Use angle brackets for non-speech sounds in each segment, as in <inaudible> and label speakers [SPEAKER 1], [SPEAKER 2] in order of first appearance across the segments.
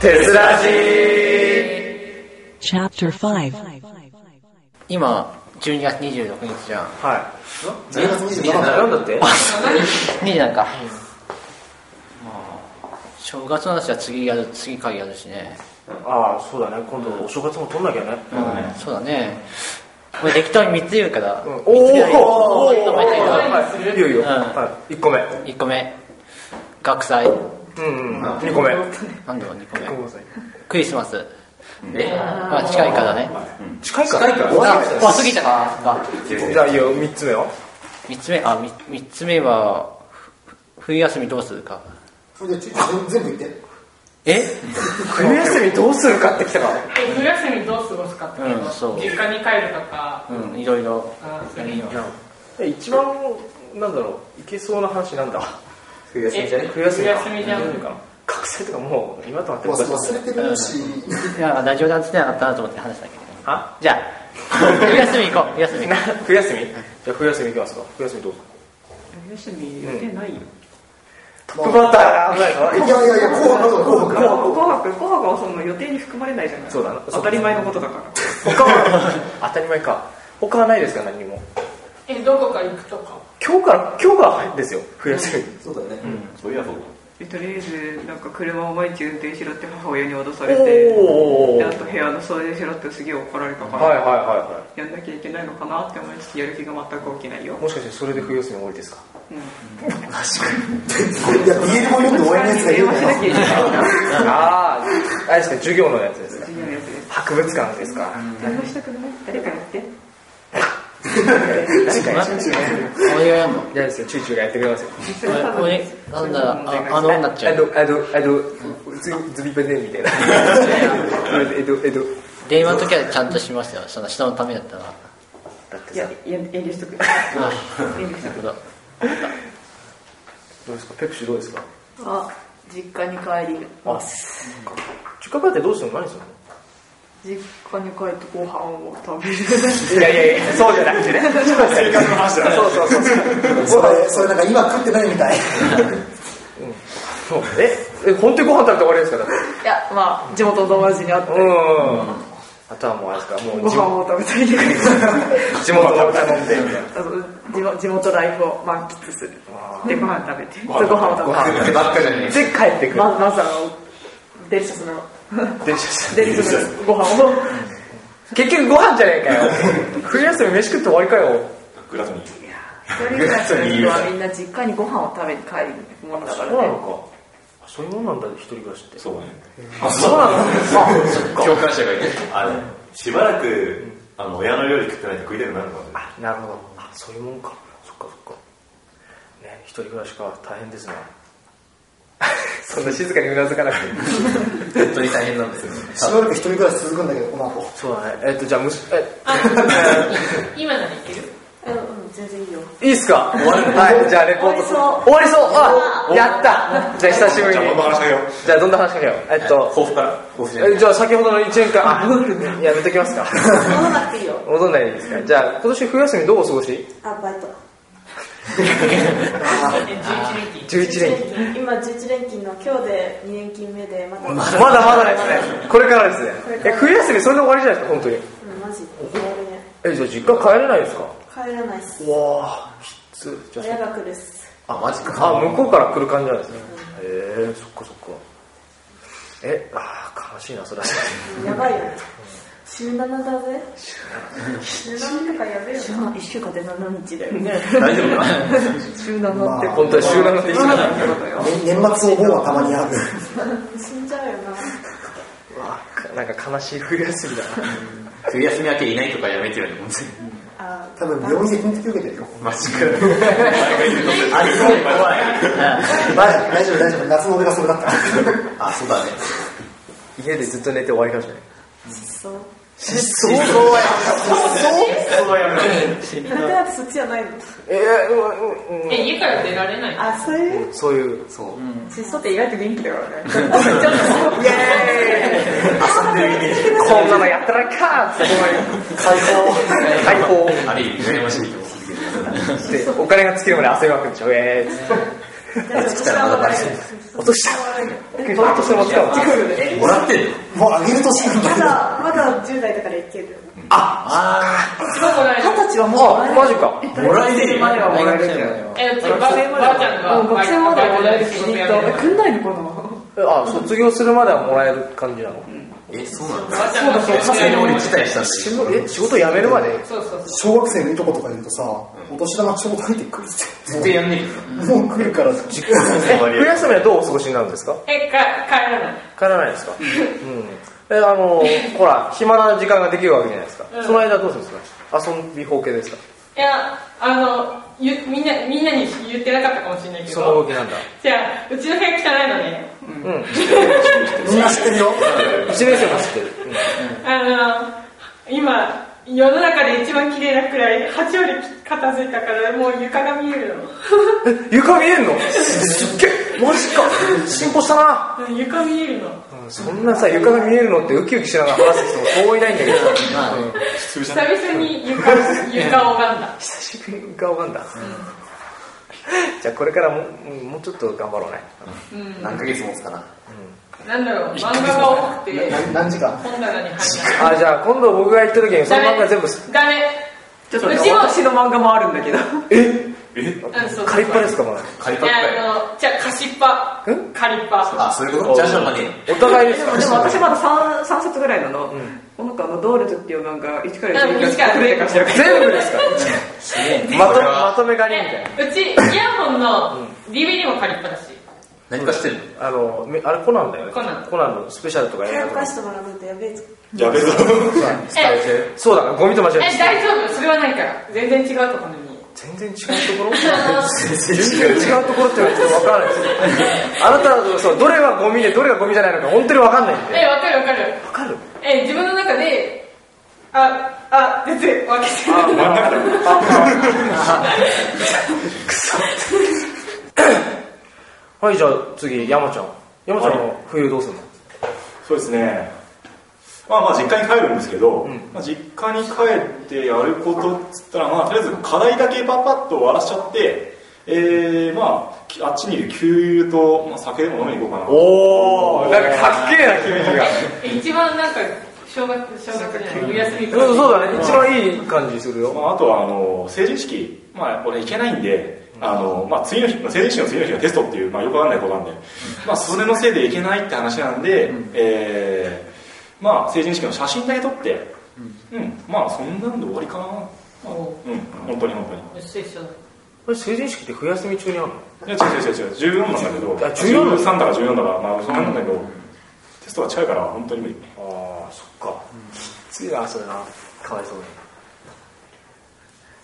[SPEAKER 1] テスラジー
[SPEAKER 2] Chapter 5
[SPEAKER 3] 今12月26日じ <laughs> ゃん
[SPEAKER 1] はい
[SPEAKER 3] え
[SPEAKER 1] なんだって
[SPEAKER 3] 27か、正月の話は次やる次会やるしね、
[SPEAKER 1] ああそうだね今度お正月も取んなきゃね
[SPEAKER 3] そうだねこれ適当に3つ言うから、
[SPEAKER 1] お
[SPEAKER 3] 三つ言
[SPEAKER 1] ー
[SPEAKER 3] うよ
[SPEAKER 1] おーおー
[SPEAKER 3] 止めてよ
[SPEAKER 1] はいいいよいいよ
[SPEAKER 3] うん
[SPEAKER 1] はい1個目
[SPEAKER 3] 1個目学祭
[SPEAKER 1] うんうん2個目
[SPEAKER 3] なんだろう2個目クリスマスえまあ近いからね
[SPEAKER 1] 近いから
[SPEAKER 3] ああ過ぎたか
[SPEAKER 1] じゃあいいよ3つ目よ
[SPEAKER 3] 3つ目あ三三つ目はふ冬休みどうするか
[SPEAKER 4] じゃあち全部言って
[SPEAKER 3] え
[SPEAKER 1] 冬休みどうするかってきたか
[SPEAKER 5] え冬休みどう過ごすかって
[SPEAKER 3] うんそう
[SPEAKER 5] 実家に帰るとか、
[SPEAKER 3] うんいろいろ
[SPEAKER 5] あーそれいいよ
[SPEAKER 3] う
[SPEAKER 1] 一番なんだろういけそうな話なんだ
[SPEAKER 4] 冬休みじゃね
[SPEAKER 1] 冬休みか
[SPEAKER 5] 冬休みじゃん
[SPEAKER 1] 大丈夫かな学生とかもう今となって
[SPEAKER 4] もう
[SPEAKER 1] は
[SPEAKER 4] 忘れてるし
[SPEAKER 3] んいやラジオで話してなかったなと思って話したけど
[SPEAKER 1] あ
[SPEAKER 3] じゃあ冬休み行こう冬休み
[SPEAKER 1] な冬休みじゃあ冬休みいきますか冬休みどうぞ
[SPEAKER 5] 冬休み予定ないよ
[SPEAKER 1] トップバッターが危ないか
[SPEAKER 4] いやいやいや紅白だ紅白
[SPEAKER 5] 紅白紅白はその予定に含まれないじゃない
[SPEAKER 1] そうだな
[SPEAKER 5] 当たり前のことだから
[SPEAKER 1] 他は当たり前か他はないですか何も
[SPEAKER 5] えどこか行くとか
[SPEAKER 1] 今日から今日からですよ冬休み
[SPEAKER 4] そうだよね
[SPEAKER 6] そういやそうだ
[SPEAKER 7] でとりあえずなんか車を毎日運転しろって母親に脅さ
[SPEAKER 1] お
[SPEAKER 7] れて
[SPEAKER 1] お
[SPEAKER 7] で
[SPEAKER 1] は
[SPEAKER 7] あ
[SPEAKER 1] い
[SPEAKER 7] と部屋の掃除しろってすげえ怒られたから、
[SPEAKER 1] はいは
[SPEAKER 7] やんなきゃいけないのかなって思いつつやる気が全く起きないよ
[SPEAKER 1] い、もしかしてそれで冬休み終わりですか
[SPEAKER 4] いやビールも読んで終わりのやつがい
[SPEAKER 7] 電
[SPEAKER 4] るん
[SPEAKER 7] 話しな
[SPEAKER 4] だよ
[SPEAKER 7] きゃいけないな
[SPEAKER 1] あああれですね授業のやつですか
[SPEAKER 7] 次のやつです
[SPEAKER 1] 博物館ですか
[SPEAKER 7] 電話したくない誰かやって
[SPEAKER 1] 何かやりましょう
[SPEAKER 3] 俺がやんの
[SPEAKER 1] いやですよチューチューがやってくれますよ
[SPEAKER 3] 俺俺なんだああのになっちゃ
[SPEAKER 1] あの
[SPEAKER 3] う
[SPEAKER 1] あのあのズズビバネみたい <laughs> なえっとえっと
[SPEAKER 3] 電話の時はちゃんとしましたよその人のためだったら
[SPEAKER 1] だって
[SPEAKER 7] いや
[SPEAKER 1] さ
[SPEAKER 7] いや遠慮しとく
[SPEAKER 3] あ
[SPEAKER 7] 遠慮しとく
[SPEAKER 3] ほど
[SPEAKER 1] どうですかペプシどうですか
[SPEAKER 8] あ実家に帰り
[SPEAKER 1] あ実家帰ってどうするの何するの
[SPEAKER 8] 実家に帰ってご飯を
[SPEAKER 7] <laughs>
[SPEAKER 8] 食べる
[SPEAKER 1] いやいやいや、そうじゃなくてね。生活の話だ。そうそうそう
[SPEAKER 4] それそれなんか今食ってないみたい
[SPEAKER 1] そう。え、え、本当にご飯食べて終わりですから。
[SPEAKER 8] いやまあ地元の友達に会って
[SPEAKER 1] うん。あとはもうあれですか、も
[SPEAKER 8] ご
[SPEAKER 1] う地
[SPEAKER 8] 飯
[SPEAKER 1] 元
[SPEAKER 8] を食べたりとか
[SPEAKER 1] 地元の歌飲んでみたいな。
[SPEAKER 8] あの地元地元ライフを満喫する
[SPEAKER 7] でご飯食べて
[SPEAKER 8] そうご飯を食
[SPEAKER 1] ご
[SPEAKER 8] べ
[SPEAKER 1] 飯食べてばっかじゃねえ。で、帰ってく
[SPEAKER 8] て
[SPEAKER 1] る。
[SPEAKER 8] ままずあのデリシャスの
[SPEAKER 1] 電車して
[SPEAKER 8] デリシャスのご飯を
[SPEAKER 1] 結局ご飯じゃね <laughs> えかよ。冬休み飯食って終わりかよ。
[SPEAKER 6] グラスに
[SPEAKER 8] 一人暮らしの人はみんな実家にご飯を食べに帰るもんだからね
[SPEAKER 1] のか。あそういうもんなんだ、一人暮らしって。
[SPEAKER 6] そうね
[SPEAKER 1] あ、そうなのあ、そっか。
[SPEAKER 6] 共感者がいるあれしばらくあの親の料理食ってないと食いたくなるのかもしれない
[SPEAKER 1] なるほど。あ、そういうもんか。そっかそっか。ね、一人暮らしか大変ですね。 <laughs> そんな静かにうなずかなく <laughs> て。
[SPEAKER 3] 本当に大変なんですよ
[SPEAKER 4] しばらく一人暮らし続くんだけどこの子
[SPEAKER 1] そうだね。えっと、じゃあ、むし、え、
[SPEAKER 5] 今なら行ける
[SPEAKER 8] うんうん全然いいよ
[SPEAKER 1] いいっす <laughs> かはい、じゃあ、レポート。
[SPEAKER 8] 終わりそう
[SPEAKER 1] 終わりそうあやったじゃあ、久しぶりに。
[SPEAKER 6] しかけよう
[SPEAKER 1] じゃあ、どんな話しかけよう。えっと、
[SPEAKER 6] 抱負から抱負じゃない
[SPEAKER 1] えじゃあ、先ほどの1年間、 <laughs> あ、やめときますか。
[SPEAKER 8] 飲まなくていいよ
[SPEAKER 1] 戻んないでいいですか。じゃあ、今年冬休みどうお過ごし
[SPEAKER 8] あバイト
[SPEAKER 1] ?11 連休。
[SPEAKER 8] 今11連勤の今日で2連勤目でまた
[SPEAKER 1] まだまだですね。これからですね
[SPEAKER 8] れ。か
[SPEAKER 1] え、
[SPEAKER 8] ら
[SPEAKER 1] 冬休みそれで終わりじゃないですか、本当に。
[SPEAKER 8] うんマジ終わるね
[SPEAKER 1] え、じゃあ、実家帰れないですか
[SPEAKER 8] 帰らないっす
[SPEAKER 1] わあ、きつ。じゃ
[SPEAKER 8] 親が来るっす
[SPEAKER 1] あ、マジか。あ、向こうから来る感じなんですね。へえ、そっかそっか。え、あー悲しいな、それは。
[SPEAKER 8] やばいよ週7だぜ週7とかやべえよ1週間で7日だよね
[SPEAKER 6] 大丈夫か
[SPEAKER 8] <laughs>
[SPEAKER 7] 週7
[SPEAKER 4] まあ
[SPEAKER 7] って
[SPEAKER 1] 本当に集団の手
[SPEAKER 7] 言わなってことよ
[SPEAKER 4] ね年末お盆はたまにある
[SPEAKER 8] 死んじゃうよ
[SPEAKER 1] <laughs> わ
[SPEAKER 8] な
[SPEAKER 1] あなんか悲しい冬休みだな
[SPEAKER 6] 冬休み明けいないとかやめてるの本
[SPEAKER 8] あ
[SPEAKER 4] 多分病院で緊急受けてるよ
[SPEAKER 6] マジかお前がいるのあれ怖い
[SPEAKER 4] 大丈夫大丈夫大丈夫夏の俺がそれだった
[SPEAKER 6] あそうだね
[SPEAKER 1] 家でずっと寝て終わりかもしれない
[SPEAKER 8] そ
[SPEAKER 1] そう
[SPEAKER 8] う田中だってそっちじゃないの
[SPEAKER 1] えーうんうん
[SPEAKER 5] え家から出られない
[SPEAKER 8] あそういう
[SPEAKER 1] そういうそう
[SPEAKER 8] 窒素って意外と元気だから
[SPEAKER 1] <laughs>
[SPEAKER 8] ねちょっと
[SPEAKER 1] イエーイこんなのやったらかーって
[SPEAKER 4] 最
[SPEAKER 1] 解
[SPEAKER 4] 高
[SPEAKER 1] 放
[SPEAKER 6] あれ羨ましいと思う
[SPEAKER 1] してお金が尽きるまで焦りまくるでしょえーっつって
[SPEAKER 8] 私はまだ大丈夫
[SPEAKER 1] 落とした結構落としてもらったわ
[SPEAKER 3] えもらってんの
[SPEAKER 4] もうあげる年なん
[SPEAKER 8] ま
[SPEAKER 4] だ。
[SPEAKER 8] だ、まだ10代だからいける。
[SPEAKER 3] あ
[SPEAKER 5] すごくない
[SPEAKER 8] 二十歳はもう
[SPEAKER 1] あ、マジか
[SPEAKER 3] あ、もらえねえよ。
[SPEAKER 7] まではもらえるんじゃない
[SPEAKER 5] えっと、ばばあちゃんが、
[SPEAKER 8] もう学生まではもらえるし、きっと。え
[SPEAKER 5] ば
[SPEAKER 8] くんないのかな
[SPEAKER 1] あ、卒業するまではもらえる感じなの
[SPEAKER 3] え、そうなんだ。
[SPEAKER 5] あちゃんが、
[SPEAKER 3] 普通に俺辞退したし。
[SPEAKER 1] え、仕事辞めるまで <laughs>
[SPEAKER 5] そうそうそう。
[SPEAKER 4] 小学生のいとことか言うとさ、お年玉ちょうだいって来る
[SPEAKER 3] 絶対やんね
[SPEAKER 4] って。もう来るから。
[SPEAKER 1] え、冬休みはどうお過ごしになるんですか
[SPEAKER 5] え、か、帰らない。
[SPEAKER 1] 帰らないですかうん。え、あの、ほら、暇な時間ができるわけじゃないですか
[SPEAKER 5] う。ん
[SPEAKER 1] その間どうするんですか遊び方形ですか
[SPEAKER 5] いや、あの、ゆみんな、みんなに言ってなかったかもしれないけ
[SPEAKER 1] その動
[SPEAKER 5] ど
[SPEAKER 1] き、なんだ。
[SPEAKER 5] じゃあ、うちの部屋汚いのね。
[SPEAKER 1] うん。
[SPEAKER 4] みんな知ってるよ。
[SPEAKER 1] 一年生も知ってる。
[SPEAKER 5] あの、今、世の中で一番綺麗なくらい、8割片付いたから、もう床が見えるの。
[SPEAKER 1] うんえ、床見えんのすっげえマジか進歩したな
[SPEAKER 5] うん床見えるの。
[SPEAKER 1] そんなさ、床が見えるのってウキウキしながら話す人もそういないんだけど、
[SPEAKER 3] まあね
[SPEAKER 5] 久々に床、床を拝んだ。
[SPEAKER 1] 久しぶりに顔がんだ。じゃあこれからもうんもうちょっと頑張ろうね。
[SPEAKER 5] うん。
[SPEAKER 3] 何ヶ月持つかな。
[SPEAKER 5] なん
[SPEAKER 1] <laughs>
[SPEAKER 5] だろう、漫画が多くて、
[SPEAKER 4] な何時間
[SPEAKER 5] 本棚に入らない。
[SPEAKER 1] あ、じゃあ今度僕が行った時にその漫画全部、
[SPEAKER 5] ダメ。
[SPEAKER 7] ちょっとね
[SPEAKER 5] うちも
[SPEAKER 7] 私の漫画もあるんだけど
[SPEAKER 5] うん、そう。
[SPEAKER 1] カリッパです
[SPEAKER 5] か
[SPEAKER 1] か、まだ。
[SPEAKER 3] 借り
[SPEAKER 5] い
[SPEAKER 3] パック
[SPEAKER 5] や、あの、じゃあ、貸しっぱ。
[SPEAKER 1] ん
[SPEAKER 5] 借りっぱ。
[SPEAKER 3] あ、そういうことじゃあじゃあまあね。
[SPEAKER 1] お互いです
[SPEAKER 7] で
[SPEAKER 1] か
[SPEAKER 7] もでも私まだ 3, 三冊ぐらいなの、この子あの「ドールズ」っていう漫画1から10
[SPEAKER 5] うん一から
[SPEAKER 7] か
[SPEAKER 5] 十
[SPEAKER 7] プレイかしらか
[SPEAKER 1] 全部ですかまとまとめ借りみたい
[SPEAKER 5] えうち、イヤホンの DVD も借りっぱだし。
[SPEAKER 3] 何かしてるの
[SPEAKER 1] な。あの、めあれコナンだよね。
[SPEAKER 5] コナン
[SPEAKER 1] コナンのスペシャルとか
[SPEAKER 8] 手
[SPEAKER 1] や
[SPEAKER 8] を
[SPEAKER 1] る
[SPEAKER 8] 貸してもらうとやべえぞ。
[SPEAKER 6] やべえぞ。
[SPEAKER 5] え、
[SPEAKER 1] そうだな、ゴミと間違え
[SPEAKER 5] え、
[SPEAKER 1] た。
[SPEAKER 5] 大丈夫それはないから。全然違うところに。
[SPEAKER 1] 全然違うところ全然違うところって言われてもわからないですよ。あなたはそう、どれがゴミでどれがゴミじゃないのか本当にわかんないんで。
[SPEAKER 5] え、わかるわかる。
[SPEAKER 1] わかる
[SPEAKER 5] え、自分の中で、あ、あ、全然分けて
[SPEAKER 1] あ、
[SPEAKER 5] る。
[SPEAKER 1] はい、じゃあ次、山ちゃん。山ちゃんの冬どうすんの
[SPEAKER 6] そうですね。まあまあ実家に帰るんですけど、まあ、実家に帰ってやることっつったら、まあとりあえず課題だけパパッと終わらしちゃって、えー、まあきあっちにいる給油と、まあ、酒でも飲みに行こうかな。
[SPEAKER 1] おー、なんかかっけえな、君が。
[SPEAKER 5] え一番なんか、正月、正月じゃない、冬休み
[SPEAKER 1] うん、そうだね。一番いい感じするよ。
[SPEAKER 6] <laughs> まあ、あとはあの成人式、まあ、俺行けないんで、あのまあ、次の日まあ成人式の次の日がテストっていう、まあ、よくわかんないことなんで、まあ、それのせいで行けないって話なんで、えーまあ、成人式の写真だけ撮って、うんまあそんなんで終わりかな、
[SPEAKER 5] お
[SPEAKER 6] うん、本当に本当に。
[SPEAKER 5] う一緒一緒だ。
[SPEAKER 1] これ成人式って冬休み中にあるの
[SPEAKER 6] いや違う違う違う違う14なんだけど
[SPEAKER 1] あ14
[SPEAKER 6] 13だから14だからまあそんなんだけど、テストは近いから本当に無理
[SPEAKER 1] ああそっか、次がそれなかわいそうに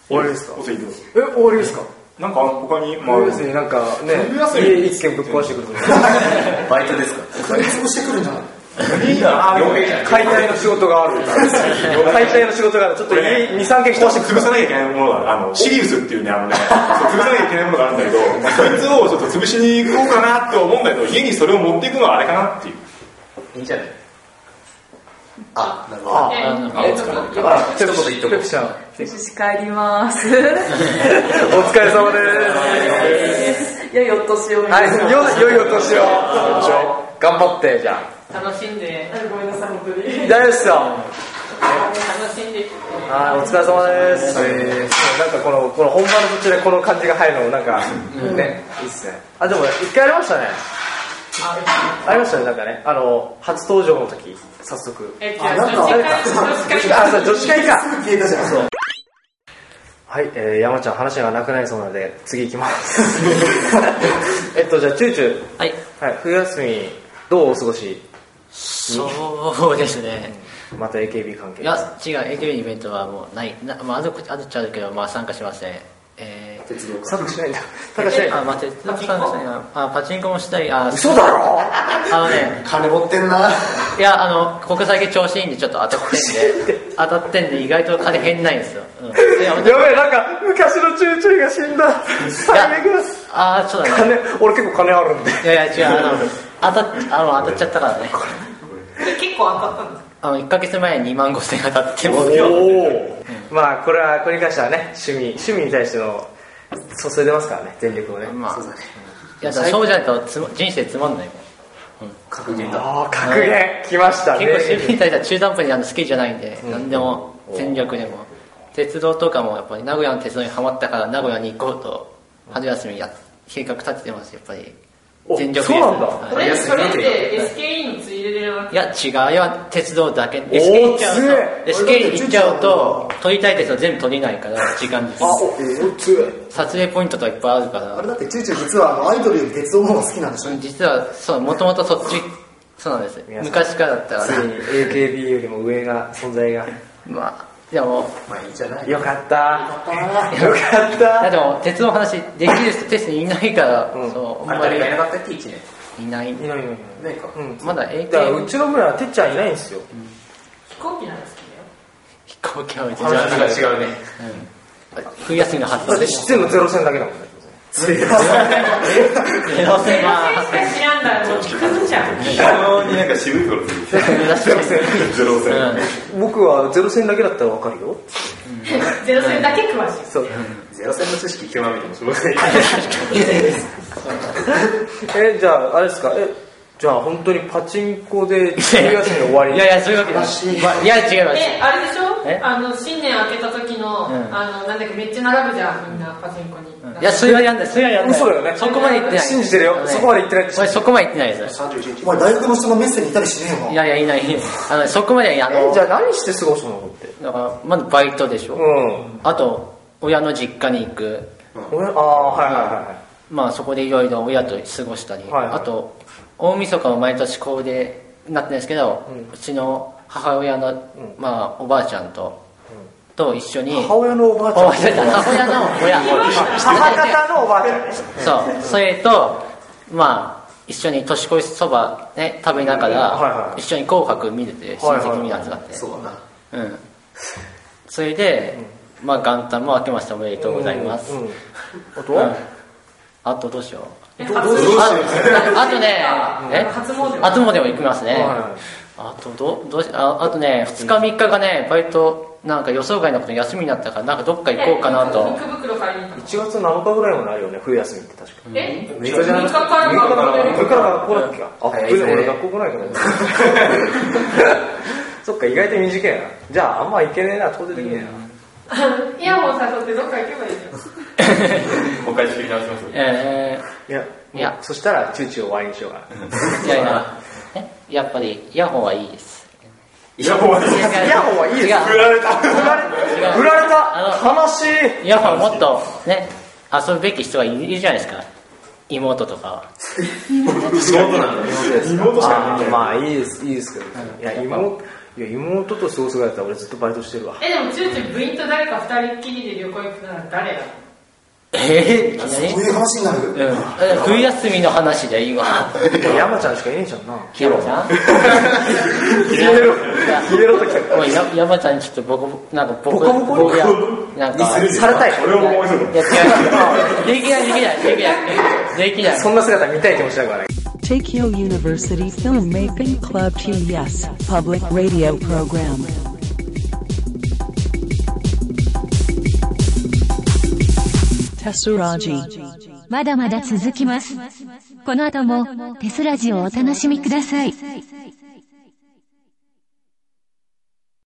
[SPEAKER 1] 終わりですか
[SPEAKER 6] お次どうぞ
[SPEAKER 1] え終わりですか
[SPEAKER 6] なんか他にまあ
[SPEAKER 1] 冬休みなんかね
[SPEAKER 6] 冬休み
[SPEAKER 1] 家一軒ぶっ壊してくると思う
[SPEAKER 3] バイトですか
[SPEAKER 4] 買い潰してくるんじゃない
[SPEAKER 6] いいな
[SPEAKER 3] 両面じゃない
[SPEAKER 1] 解体の仕事があ <laughs> る解体の仕事があるちょっと家23軒壊
[SPEAKER 6] 壊
[SPEAKER 1] し
[SPEAKER 6] してて
[SPEAKER 1] く
[SPEAKER 6] 潰さなきゃいけないものがあるあのシリウスっていうねあのねそう潰さなきゃいけないものがあるんだけどまあそいつをちょっと潰しに行こうかなって思うんだけど家にそれを持っていくのはあれかなっていう
[SPEAKER 3] いいんじゃないあ、なるほ
[SPEAKER 1] あ
[SPEAKER 3] ど。
[SPEAKER 5] え、
[SPEAKER 3] あの
[SPEAKER 5] え、ちょっと、よ
[SPEAKER 1] あ
[SPEAKER 3] 一言言っとこう
[SPEAKER 1] ペプちゃんお
[SPEAKER 8] 私帰り
[SPEAKER 1] <laughs>
[SPEAKER 8] ます。
[SPEAKER 1] 疲れ様です
[SPEAKER 8] 良いお年を。
[SPEAKER 1] はいよよいお年を頑張ってじゃあ
[SPEAKER 5] 楽しんで、
[SPEAKER 8] ごめんなさい、本当に。
[SPEAKER 1] 大丈夫ですよ
[SPEAKER 5] 楽しんで。
[SPEAKER 1] はい、お疲れ様です。なんかこの、この本番の途中でこの感じが入るのもなんか、ね、いいっすね。あ、でも一回ありましたね。ありましたね、なんかね。あの、初登場の時、早速。
[SPEAKER 5] え、じ
[SPEAKER 4] あ
[SPEAKER 5] ゃ
[SPEAKER 4] なんか
[SPEAKER 5] あ、女子会、女子
[SPEAKER 1] あ、
[SPEAKER 5] 会。
[SPEAKER 1] そう、女子会か。
[SPEAKER 4] 消えたじゃん。そう。
[SPEAKER 1] はい、えー、山ちゃん話がなくなりそうなので、次行き <laughs> ます。えっと、じゃあ、チューチュー。
[SPEAKER 9] はい。
[SPEAKER 1] はい、冬休み、どうお過ごし
[SPEAKER 9] そうですね。
[SPEAKER 1] また AKB 関係
[SPEAKER 9] いや、違う、AKB イベントはもうない。なまあ、あるあるっちゃあるけど、まあ、参加しません。えー
[SPEAKER 4] 鉄道か。
[SPEAKER 1] 参加しないんだ。参加しないんだ
[SPEAKER 9] あ、待って、参加しないな。あ、パチンコもしたい。あ、
[SPEAKER 1] 嘘だろ
[SPEAKER 9] あのね、
[SPEAKER 4] 金持ってんな。
[SPEAKER 9] いや、あの、国際系調子いいんでちょっと当たってんで、当たってんで意外と金減んないんですよ。うん。い
[SPEAKER 1] や
[SPEAKER 9] や、
[SPEAKER 1] べえ、なんか、昔のチューチューが死んだ。最悪だ。
[SPEAKER 9] あー、そうだね。
[SPEAKER 1] 金、俺結構金あるんで。
[SPEAKER 9] いやいや、違う、あの、当たっ、あの、当たっちゃったからね。
[SPEAKER 5] 結構当たったんです
[SPEAKER 9] あの、1ヶ月前に2万5千円当たっても、
[SPEAKER 1] お。まあ、これは、これに関してはね、趣味、趣味に対しての、注いでますからね、全力をね。
[SPEAKER 9] まあ、いやだからそうじゃないとつま人生つまんないもん
[SPEAKER 3] 格言だ。
[SPEAKER 1] ああ格言きましたね
[SPEAKER 9] 結構シビに対しては中途半端にあの好きじゃないんで、何でも戦略でも鉄道とかもやっぱり名古屋の鉄道にはまったから名古屋に行こうと春休みや計画立ててますやっぱり
[SPEAKER 1] お
[SPEAKER 9] 全力
[SPEAKER 1] そうなんだ
[SPEAKER 9] はい
[SPEAKER 5] それそれって SKE についれれなく
[SPEAKER 9] いや違ういや鉄道だけ
[SPEAKER 1] おー
[SPEAKER 9] SK 行っちゃ
[SPEAKER 1] 強
[SPEAKER 9] うと SK 行っちゃうと取りたい鉄道全部取れないから時間です
[SPEAKER 4] あ、お、えー、強い。
[SPEAKER 9] 撮影ポイントとかいっぱいあるか
[SPEAKER 4] あ
[SPEAKER 9] ら
[SPEAKER 4] れだって、チューチュー実はあのアイドルより鉄道の方が好きなんでしょ
[SPEAKER 9] 実はそうもともとそっちそうなんです
[SPEAKER 1] 皆さん
[SPEAKER 9] 昔からだったら
[SPEAKER 1] ついに AKB よりも上が存在が
[SPEAKER 9] まあでも
[SPEAKER 4] まあいいじゃない。
[SPEAKER 1] よかった
[SPEAKER 4] あー
[SPEAKER 1] よかっ
[SPEAKER 9] いや
[SPEAKER 1] た
[SPEAKER 9] でも鉄道の話できる人テストにいないから、
[SPEAKER 1] うん
[SPEAKER 9] そう
[SPEAKER 3] あ
[SPEAKER 9] あ
[SPEAKER 3] れ誰
[SPEAKER 9] んまり
[SPEAKER 3] がいなかったって一年。
[SPEAKER 9] いない
[SPEAKER 1] いないいないいない
[SPEAKER 3] ないか。
[SPEAKER 1] うん
[SPEAKER 9] ま
[SPEAKER 1] だ
[SPEAKER 9] だ
[SPEAKER 1] からう
[SPEAKER 9] AK
[SPEAKER 1] ちの村はてっちゃんいないんですよ
[SPEAKER 5] 飛行機なんですけ
[SPEAKER 9] 飛行機はうちじゃ
[SPEAKER 3] 話
[SPEAKER 9] な
[SPEAKER 3] が違うね。
[SPEAKER 9] い冬休みの発
[SPEAKER 1] だっ
[SPEAKER 9] 想
[SPEAKER 1] て
[SPEAKER 9] で
[SPEAKER 1] 知ってんのゼロ戦だけだもんね
[SPEAKER 9] ゼロ戦は
[SPEAKER 5] どしか知らんだらもう聞くじゃん
[SPEAKER 6] 非常になんか渋いことする。ゼロ戦。
[SPEAKER 1] 僕はゼロ戦だけだったらわかるよ
[SPEAKER 5] ゼロ戦だけ詳しい
[SPEAKER 1] そう
[SPEAKER 3] ゼロ戦の知識極めてもすごい。
[SPEAKER 1] <laughs> えじゃああれですかえじゃあ本当にパチンコで冬休みの終わり
[SPEAKER 9] いやいやそういうわけですいや違います
[SPEAKER 5] えあれでし
[SPEAKER 9] え
[SPEAKER 5] ょあの新年明けた時の、
[SPEAKER 9] ん
[SPEAKER 5] あのなんだっけめっちゃ並ぶじゃんみんなパチンコに、
[SPEAKER 9] いやそれはやんないそれはやんない
[SPEAKER 1] 嘘だよね
[SPEAKER 9] そこまで行ってない
[SPEAKER 1] 信じてるよ
[SPEAKER 9] あのね
[SPEAKER 1] そこまで行ってないって
[SPEAKER 9] 俺そこまで行ってないです
[SPEAKER 4] お前大学の人のメッセにいたりしねえも
[SPEAKER 9] い
[SPEAKER 4] ん。
[SPEAKER 9] やいやいないあのそこまではあ
[SPEAKER 1] え
[SPEAKER 9] の
[SPEAKER 1] じゃあ何して過ごすのって
[SPEAKER 9] だからまずバイトでしょ、
[SPEAKER 1] うん
[SPEAKER 9] あと親の実家に行く
[SPEAKER 1] 俺ああはいはいはいはい
[SPEAKER 9] まあそこでいろいろ親と過ごしたり、
[SPEAKER 1] はいはい
[SPEAKER 9] あと大晦日も毎年恒例になってないですけど、うちの母親の、まあ、おばあちゃんと、と一緒に
[SPEAKER 1] 母親のおばあちゃん
[SPEAKER 9] おばあちゃん
[SPEAKER 1] <laughs>
[SPEAKER 9] じゃない母親の親
[SPEAKER 1] 母方のおばあちゃんね
[SPEAKER 9] そうそれとまあ一緒に年越しそば、ね、食べながら、
[SPEAKER 1] はいはい
[SPEAKER 9] 一緒に「紅白」見てて親戚みたいなやつがあって、
[SPEAKER 3] そうだな。
[SPEAKER 9] うん、それで、まあ元旦も明けましておめでとうございます、
[SPEAKER 1] うんうんあと
[SPEAKER 9] う
[SPEAKER 1] は
[SPEAKER 9] んあとどうしよう
[SPEAKER 5] え
[SPEAKER 1] どどう
[SPEAKER 5] 初
[SPEAKER 1] し
[SPEAKER 9] ああとね、え
[SPEAKER 5] 初詣は
[SPEAKER 9] 初詣も行きますね。
[SPEAKER 1] はい
[SPEAKER 9] あとどどうしああとね2日3日がねバイトなんか予想外のこと休みになったからなんかどっか行こうかなと
[SPEAKER 5] え。福袋買いに行った
[SPEAKER 1] 1月7日ぐらいもなるよね冬休みって確か
[SPEAKER 5] え
[SPEAKER 3] めっちゃじゃな
[SPEAKER 5] 三
[SPEAKER 3] い
[SPEAKER 5] 日から
[SPEAKER 3] 六日から
[SPEAKER 5] 買
[SPEAKER 1] これから学校だっけかあ
[SPEAKER 3] 早い
[SPEAKER 1] 危
[SPEAKER 3] です
[SPEAKER 1] ね
[SPEAKER 3] ね
[SPEAKER 1] 俺学校来ないからそっか意外と短いなじゃああんま行けねえな遠出できね
[SPEAKER 5] イヤホン誘ってどっか行けばいいじゃん
[SPEAKER 6] もう一回仕切り直します。
[SPEAKER 9] <laughs> え
[SPEAKER 1] えないい
[SPEAKER 9] や
[SPEAKER 1] やもうそしたらチューチュー終わりにしようか
[SPEAKER 9] ー、いやいやえやっぱりイヤホンはいいです
[SPEAKER 6] いや、もう
[SPEAKER 9] イ
[SPEAKER 6] 振
[SPEAKER 1] なイヤホンはいいです
[SPEAKER 9] 違う
[SPEAKER 6] られた。
[SPEAKER 9] 違
[SPEAKER 1] <laughs>
[SPEAKER 9] う
[SPEAKER 1] 売られ
[SPEAKER 9] あ
[SPEAKER 1] た悲しい
[SPEAKER 9] イヤホンもっとね遊ぶべき人がいるじゃないですか妹とかは
[SPEAKER 3] 妹なんだ。
[SPEAKER 6] 妹し
[SPEAKER 1] あ
[SPEAKER 6] か
[SPEAKER 1] ー
[SPEAKER 6] いない。
[SPEAKER 1] まあいいですいいですけど、いや妹いや妹と過ごすぐらいだったら俺ずっとバイトしてるわ
[SPEAKER 5] えでもチューチュー部員と誰か二人っきりで旅行行くなら誰だ
[SPEAKER 9] えー、いきな
[SPEAKER 4] そういう話になる。
[SPEAKER 9] りうん冬休みの話で今
[SPEAKER 1] 山ちゃんしかいねえじゃんな
[SPEAKER 9] 山ちゃん
[SPEAKER 1] 消えろ消えろときた
[SPEAKER 9] もうや山ちゃんにちょっとボコボコなんかボコ
[SPEAKER 1] ボコボコ
[SPEAKER 9] いやなんか
[SPEAKER 1] されたい
[SPEAKER 6] 俺を思いする
[SPEAKER 9] いや違うできないできないできないできない
[SPEAKER 1] そんな姿見たい気もしなくはない
[SPEAKER 2] Tokyo University Filmmaking Club TES Public Radio Program. Tessuraji.
[SPEAKER 10] まだまだ続きます。この後もテスラジをお楽しみください。